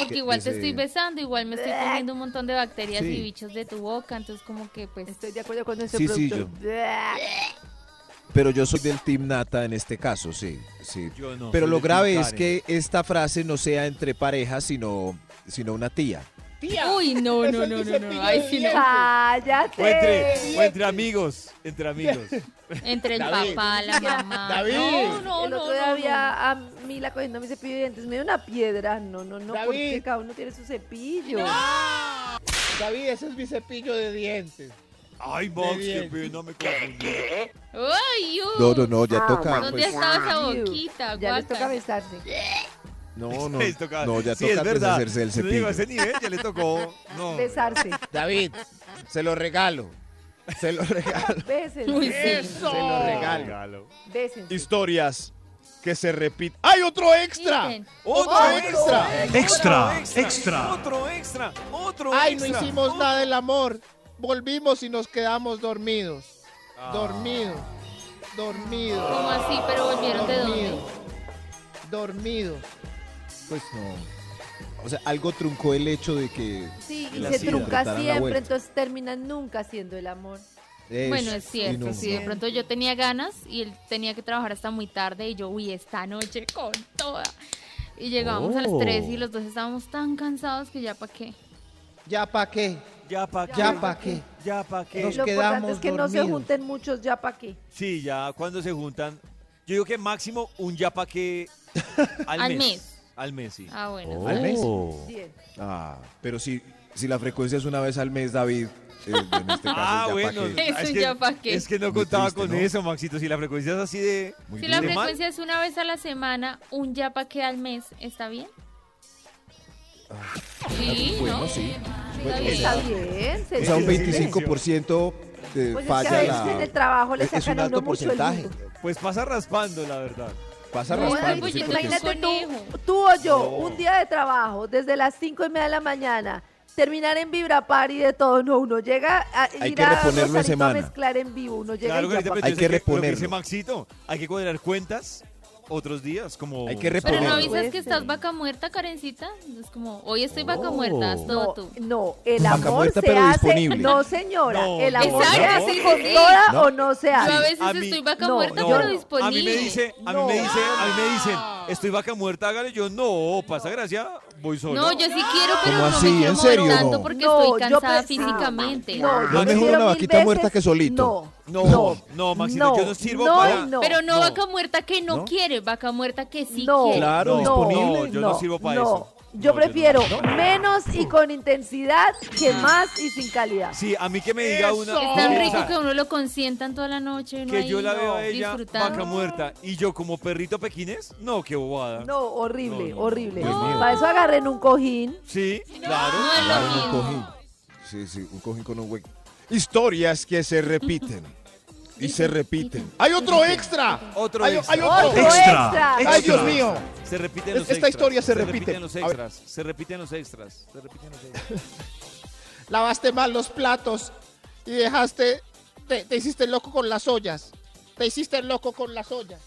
Speaker 3: Porque igual te
Speaker 2: ese-
Speaker 3: estoy besando, igual me estoy comiendo un montón de bacterias
Speaker 2: Sí.
Speaker 3: y bichos de tu boca, entonces como que pues...
Speaker 4: Estoy de acuerdo con nuestro
Speaker 2: Sí, sí,
Speaker 4: productor.
Speaker 2: Pero yo soy del Team Nata en este caso, sí. sí.
Speaker 1: Yo no,
Speaker 2: Pero
Speaker 1: soy
Speaker 2: lo
Speaker 1: de
Speaker 2: grave
Speaker 1: Team
Speaker 2: es
Speaker 1: Karen.
Speaker 2: que esta frase no sea entre parejas, sino, sino una tía.
Speaker 6: Tía.
Speaker 3: Uy, no,
Speaker 6: Ese
Speaker 3: no,
Speaker 6: es
Speaker 3: no,
Speaker 6: mi
Speaker 3: no, no,
Speaker 6: cepillo
Speaker 3: ay,
Speaker 6: de
Speaker 3: sí, no.
Speaker 6: dientes.
Speaker 1: O entre,
Speaker 4: ¡Cállate!
Speaker 1: o entre amigos. Entre amigos.
Speaker 3: Entre el
Speaker 6: David.
Speaker 3: papá, la mamá.
Speaker 6: David.
Speaker 3: No, no,
Speaker 4: el
Speaker 3: no,
Speaker 4: otro día
Speaker 3: no, no.
Speaker 4: había a Mila cogiendo mi cepillo de dientes. Me dio una piedra. No, no, no.
Speaker 6: David.
Speaker 4: Porque cada uno tiene su cepillo.
Speaker 6: David, ese es mi cepillo de dientes.
Speaker 1: Ay, Max,
Speaker 6: bien.
Speaker 1: qué pena, me confundí.
Speaker 3: Ay, uy.
Speaker 2: No, no, no, ya toca.
Speaker 3: ¿Dónde
Speaker 2: pues,
Speaker 3: estaba esa
Speaker 4: Ew.
Speaker 3: boquita?
Speaker 4: Ya les toca
Speaker 3: Guácala.
Speaker 4: besarse.
Speaker 2: no, no,
Speaker 1: Les tocaba-
Speaker 2: no, ya
Speaker 1: sí,
Speaker 2: toca
Speaker 1: es
Speaker 2: pues,
Speaker 1: verdad.
Speaker 2: hacerse el
Speaker 1: Si no llegó a
Speaker 2: cepillo.
Speaker 1: ese nivel, ya le tocó. No.
Speaker 4: Besarse.
Speaker 12: David, se lo regalo. Se lo regalo.
Speaker 4: Bésense.
Speaker 3: Uy, sí.
Speaker 12: Se lo regalo.
Speaker 1: Regalo.
Speaker 4: Bésense.
Speaker 6: Historias que se repiten. ¡Hay otro extra!
Speaker 3: Dicen.
Speaker 1: Otro,
Speaker 6: Otro
Speaker 1: extra.
Speaker 13: Extra,
Speaker 1: Otro
Speaker 13: extra.
Speaker 1: Otro extra. Otro
Speaker 6: ¡Ay, no
Speaker 1: extra.
Speaker 6: hicimos
Speaker 1: Otro-
Speaker 6: nada del amor! Volvimos y nos quedamos dormidos.
Speaker 1: Ah.
Speaker 6: Dormidos. Dormidos.
Speaker 3: ¿Cómo así? ¿Pero volvieron de dónde?
Speaker 6: Dormidos. Dormidos.
Speaker 2: Pues no. O sea, algo truncó el hecho de que.
Speaker 4: Sí,
Speaker 2: Y
Speaker 4: y
Speaker 2: la
Speaker 4: se
Speaker 2: sida.
Speaker 4: trunca
Speaker 2: Trataran la
Speaker 4: siempre,
Speaker 2: vuelta.
Speaker 4: entonces terminan nunca haciendo el amor.
Speaker 3: Bueno,
Speaker 2: Eso,
Speaker 3: es
Speaker 2: y
Speaker 3: cierto,
Speaker 2: no,
Speaker 3: sí, de
Speaker 2: no.
Speaker 3: pronto yo tenía ganas y él tenía que trabajar hasta muy tarde y yo, uy, esta noche con toda. Y llegábamos a las 3 y los dos estábamos tan cansados que ya para qué.
Speaker 6: ¿Ya pa' qué?
Speaker 1: Ya pa' qué.
Speaker 6: ¿Ya pa' qué?
Speaker 1: Ya pa' qué.
Speaker 6: Nos
Speaker 4: Lo importante
Speaker 6: quedamos
Speaker 4: es que no se
Speaker 6: dormidos.
Speaker 4: junten muchos ya para qué.
Speaker 1: Sí, ya cuando se juntan. Yo digo que máximo un ya pa' qué al,
Speaker 3: Al
Speaker 1: mes.
Speaker 3: mes.
Speaker 1: Al mes, sí.
Speaker 3: Ah, bueno.
Speaker 2: Oh.
Speaker 1: Al mes.
Speaker 4: Bien.
Speaker 2: Ah, pero si, si la frecuencia es una vez al mes, David. eh, en este caso,
Speaker 1: Ah,
Speaker 2: ya pa'
Speaker 1: bueno.
Speaker 2: qué.
Speaker 3: Es un
Speaker 1: que,
Speaker 3: ya pa' qué.
Speaker 1: Es que no
Speaker 2: Muy
Speaker 1: contaba
Speaker 2: triste,
Speaker 1: con
Speaker 2: ¿no?
Speaker 1: eso, Maxito. Si la frecuencia es así de.
Speaker 2: Muy
Speaker 3: Si la
Speaker 1: ¿De
Speaker 2: bien.
Speaker 1: mal?
Speaker 3: frecuencia es una vez a la semana, un ya pa' qué al mes, ¿está bien? Sí, ¿no?
Speaker 2: Bueno, sí.
Speaker 3: Está bien.
Speaker 4: Está bien.
Speaker 2: O sea, un
Speaker 4: señor.
Speaker 2: 25% de
Speaker 4: Pues es que a
Speaker 2: eh, falla
Speaker 4: veces
Speaker 2: la.
Speaker 4: en el trabajo le
Speaker 2: es- es
Speaker 4: sacan
Speaker 2: un
Speaker 4: a
Speaker 2: alto
Speaker 4: uno mucho el
Speaker 2: porcentaje.
Speaker 4: mundo.
Speaker 1: Pues pasa raspando, la verdad.
Speaker 2: Pasa
Speaker 3: No,
Speaker 2: raspando.
Speaker 3: pues,
Speaker 2: sí,
Speaker 3: yo
Speaker 2: porque
Speaker 3: imagino-
Speaker 4: Imagínate
Speaker 3: Conejo.
Speaker 4: tú, tú o yo, un día de trabajo, desde las 5 y media de la mañana, terminar en Vibra Party de todo, no, uno llega a
Speaker 2: Hay
Speaker 4: ir
Speaker 2: que
Speaker 4: a
Speaker 2: reponerlo en
Speaker 4: Rosarito a
Speaker 2: semana.
Speaker 4: mezclar en vivo, uno llega
Speaker 1: Claro,
Speaker 4: y ya
Speaker 1: Carita,
Speaker 4: pa'
Speaker 1: pero
Speaker 2: Hay
Speaker 1: entonces
Speaker 2: que
Speaker 1: lo dice
Speaker 2: reponerlo.
Speaker 1: Maxito, hay que cuadrar cuentas otros días, como...
Speaker 14: Hay que
Speaker 3: Pero no
Speaker 14: Supongo.
Speaker 3: avisas que estás
Speaker 4: Puede ser.
Speaker 3: vaca muerta, Karencita. Es como, hoy estoy vaca
Speaker 1: Oh.
Speaker 3: muerta, haz todo
Speaker 4: No,
Speaker 3: tú.
Speaker 4: no, el
Speaker 7: Vaca
Speaker 4: amor
Speaker 7: muerta,
Speaker 4: se
Speaker 7: pero
Speaker 4: hace.
Speaker 7: disponible.
Speaker 4: No, señora,
Speaker 1: No,
Speaker 4: el amor se
Speaker 3: exacto,
Speaker 4: hace
Speaker 3: sí,
Speaker 4: con
Speaker 3: sí.
Speaker 4: toda
Speaker 7: No.
Speaker 4: o no se hace.
Speaker 3: Yo a veces
Speaker 1: a mí-
Speaker 3: estoy vaca
Speaker 4: no,
Speaker 3: muerta,
Speaker 4: no,
Speaker 3: pero
Speaker 4: no.
Speaker 3: disponible. Ah.
Speaker 1: A mí me dice, a mí me
Speaker 4: No.
Speaker 1: dice, a mí me dicen, estoy vaca muerta, hágale. Yo, no, pasa gracia, voy solo.
Speaker 3: No, yo sí quiero, pero
Speaker 7: ¿Cómo
Speaker 3: no
Speaker 7: así?
Speaker 3: me quiero
Speaker 7: ¿En serio?
Speaker 3: morir tanto porque
Speaker 4: No,
Speaker 3: estoy
Speaker 4: yo
Speaker 3: cansada
Speaker 4: pre-
Speaker 3: físicamente.
Speaker 7: No
Speaker 4: No, yo
Speaker 7: es mejor
Speaker 4: prefiero
Speaker 7: una
Speaker 4: mil
Speaker 7: vaquita
Speaker 4: veces-
Speaker 7: muerta que solito.
Speaker 4: No,
Speaker 1: No,
Speaker 4: no,
Speaker 1: no, Maxito, yo no sirvo para-
Speaker 4: no,
Speaker 3: Pero no,
Speaker 1: No.
Speaker 3: vaca muerta que no,
Speaker 1: ¿No?
Speaker 3: quiere, vaca muerta que sí
Speaker 4: no,
Speaker 3: quiere.
Speaker 7: Claro,
Speaker 4: no,
Speaker 7: disponible.
Speaker 1: No, yo no sirvo para eso. No,
Speaker 4: Yo
Speaker 1: yo no.
Speaker 4: prefiero
Speaker 1: No.
Speaker 4: menos y con intensidad que más y sin calidad.
Speaker 1: Sí, a mí que me diga una...
Speaker 3: Es tan rico que uno lo consientan toda la noche. uno
Speaker 1: que
Speaker 3: ahí
Speaker 1: yo la veo a ella
Speaker 3: disfrutando.
Speaker 1: vaca muerta y yo como perrito pequinés, no, qué bobada.
Speaker 4: No, horrible,
Speaker 1: No, no,
Speaker 4: horrible.
Speaker 1: Dios mío.
Speaker 4: Para eso agarren un cojín.
Speaker 1: Sí, claro.
Speaker 3: No es
Speaker 7: Claro,
Speaker 3: lo
Speaker 7: un cojín.
Speaker 3: mismo.
Speaker 7: Sí, sí, un cojín con un hueco. Historias que se repiten. Y se repiten.
Speaker 6: ¡Hay otro extra!
Speaker 1: Otro
Speaker 6: hay,
Speaker 1: extra.
Speaker 6: hay
Speaker 4: ¡Otro
Speaker 6: otro.
Speaker 4: extra!
Speaker 6: ¡Ay, Dios mío!
Speaker 1: Se repiten
Speaker 6: Es-
Speaker 1: los
Speaker 6: esta
Speaker 1: extras.
Speaker 6: historia se repite.
Speaker 1: repiten los
Speaker 6: A ver.
Speaker 1: extras. Se repiten los extras. Se repiten los extras.
Speaker 6: Lavaste mal los platos y dejaste. Te, te hiciste loco con las ollas. Te hiciste loco con las ollas.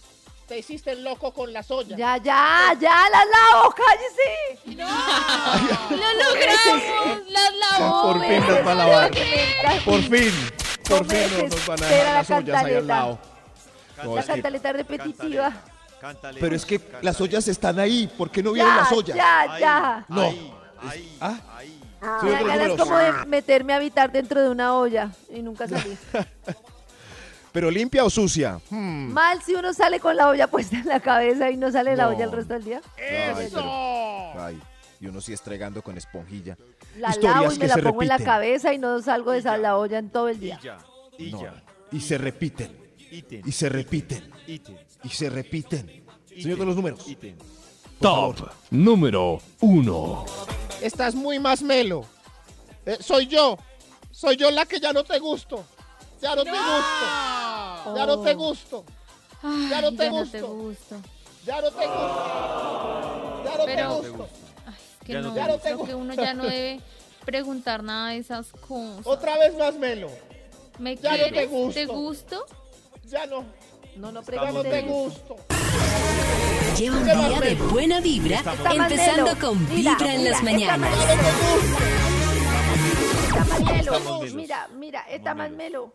Speaker 6: Te hiciste loco con las ollas.
Speaker 4: Ya, ya, ya, la lavo, cállese.
Speaker 3: ¡Lo logramos! ¡Las
Speaker 6: Por
Speaker 3: lavó!
Speaker 6: fin nos va a lavar. Por fin. Por
Speaker 4: No
Speaker 6: fin
Speaker 4: me
Speaker 6: no nos van a
Speaker 4: desespera la
Speaker 6: dejar las ollas ahí al
Speaker 4: cantaleta.
Speaker 6: lado.
Speaker 4: La cantaleta repetitiva.
Speaker 2: Pero es que las ollas están ahí. ¿Por qué no
Speaker 4: ya,
Speaker 2: vieron las ollas? ¿ah?
Speaker 4: ya, ya.
Speaker 6: No.
Speaker 4: Me dan ganas como de meterme a habitar dentro de una olla y nunca salir.
Speaker 7: Pero limpia o sucia.
Speaker 4: Mal si uno sale con la olla puesta en la cabeza y no sale de la olla el resto del día.
Speaker 2: Eh,
Speaker 7: Ay, pero- ay, y uno sí estregando con esponjilla.
Speaker 4: La
Speaker 7: Historias
Speaker 4: lavo y me
Speaker 7: que
Speaker 4: la
Speaker 7: se
Speaker 4: pongo en la
Speaker 7: repiten.
Speaker 4: cabeza y no salgo de esa la olla en todo el
Speaker 1: Y
Speaker 4: día.
Speaker 1: ya. Y
Speaker 7: No,
Speaker 1: ya.
Speaker 6: Y se repiten.
Speaker 1: Ítem.
Speaker 6: Y se repiten.
Speaker 1: Ítem.
Speaker 6: Y se repiten. Señor de
Speaker 1: ítem,
Speaker 6: los números.
Speaker 1: ítem.
Speaker 9: Top número 1.
Speaker 6: Estás muy más melo. Eh, soy yo. Soy yo la que ya no te gusto. Ya no, te gusto. Ya no te gusto.
Speaker 3: Ay,
Speaker 6: Ya no te
Speaker 3: te
Speaker 6: gusto.
Speaker 3: gusto.
Speaker 6: Ya no te gusto. Ya no
Speaker 3: Pero-
Speaker 6: te gusto.
Speaker 3: Que
Speaker 1: Ya no
Speaker 3: no,
Speaker 1: te
Speaker 3: creo
Speaker 6: gusta.
Speaker 3: que uno ya no debe preguntar nada de esas cosas.
Speaker 6: Otra vez más melo.
Speaker 3: ¿Me
Speaker 6: ya no te
Speaker 3: quieres? te, gusto.
Speaker 6: gusto. Ya no.
Speaker 4: No, no
Speaker 6: Ya no te
Speaker 4: pregunte.
Speaker 6: gusto.
Speaker 8: Lleva un día de buena vibra,
Speaker 4: Está mal
Speaker 8: empezando
Speaker 4: melo.
Speaker 8: con
Speaker 4: Mira,
Speaker 8: Vibra en
Speaker 4: mira,
Speaker 8: las
Speaker 4: está
Speaker 8: mañanas.
Speaker 4: mal melo. Está mal melo.
Speaker 1: Estamos melos.
Speaker 4: Mira, mira, está mal melo.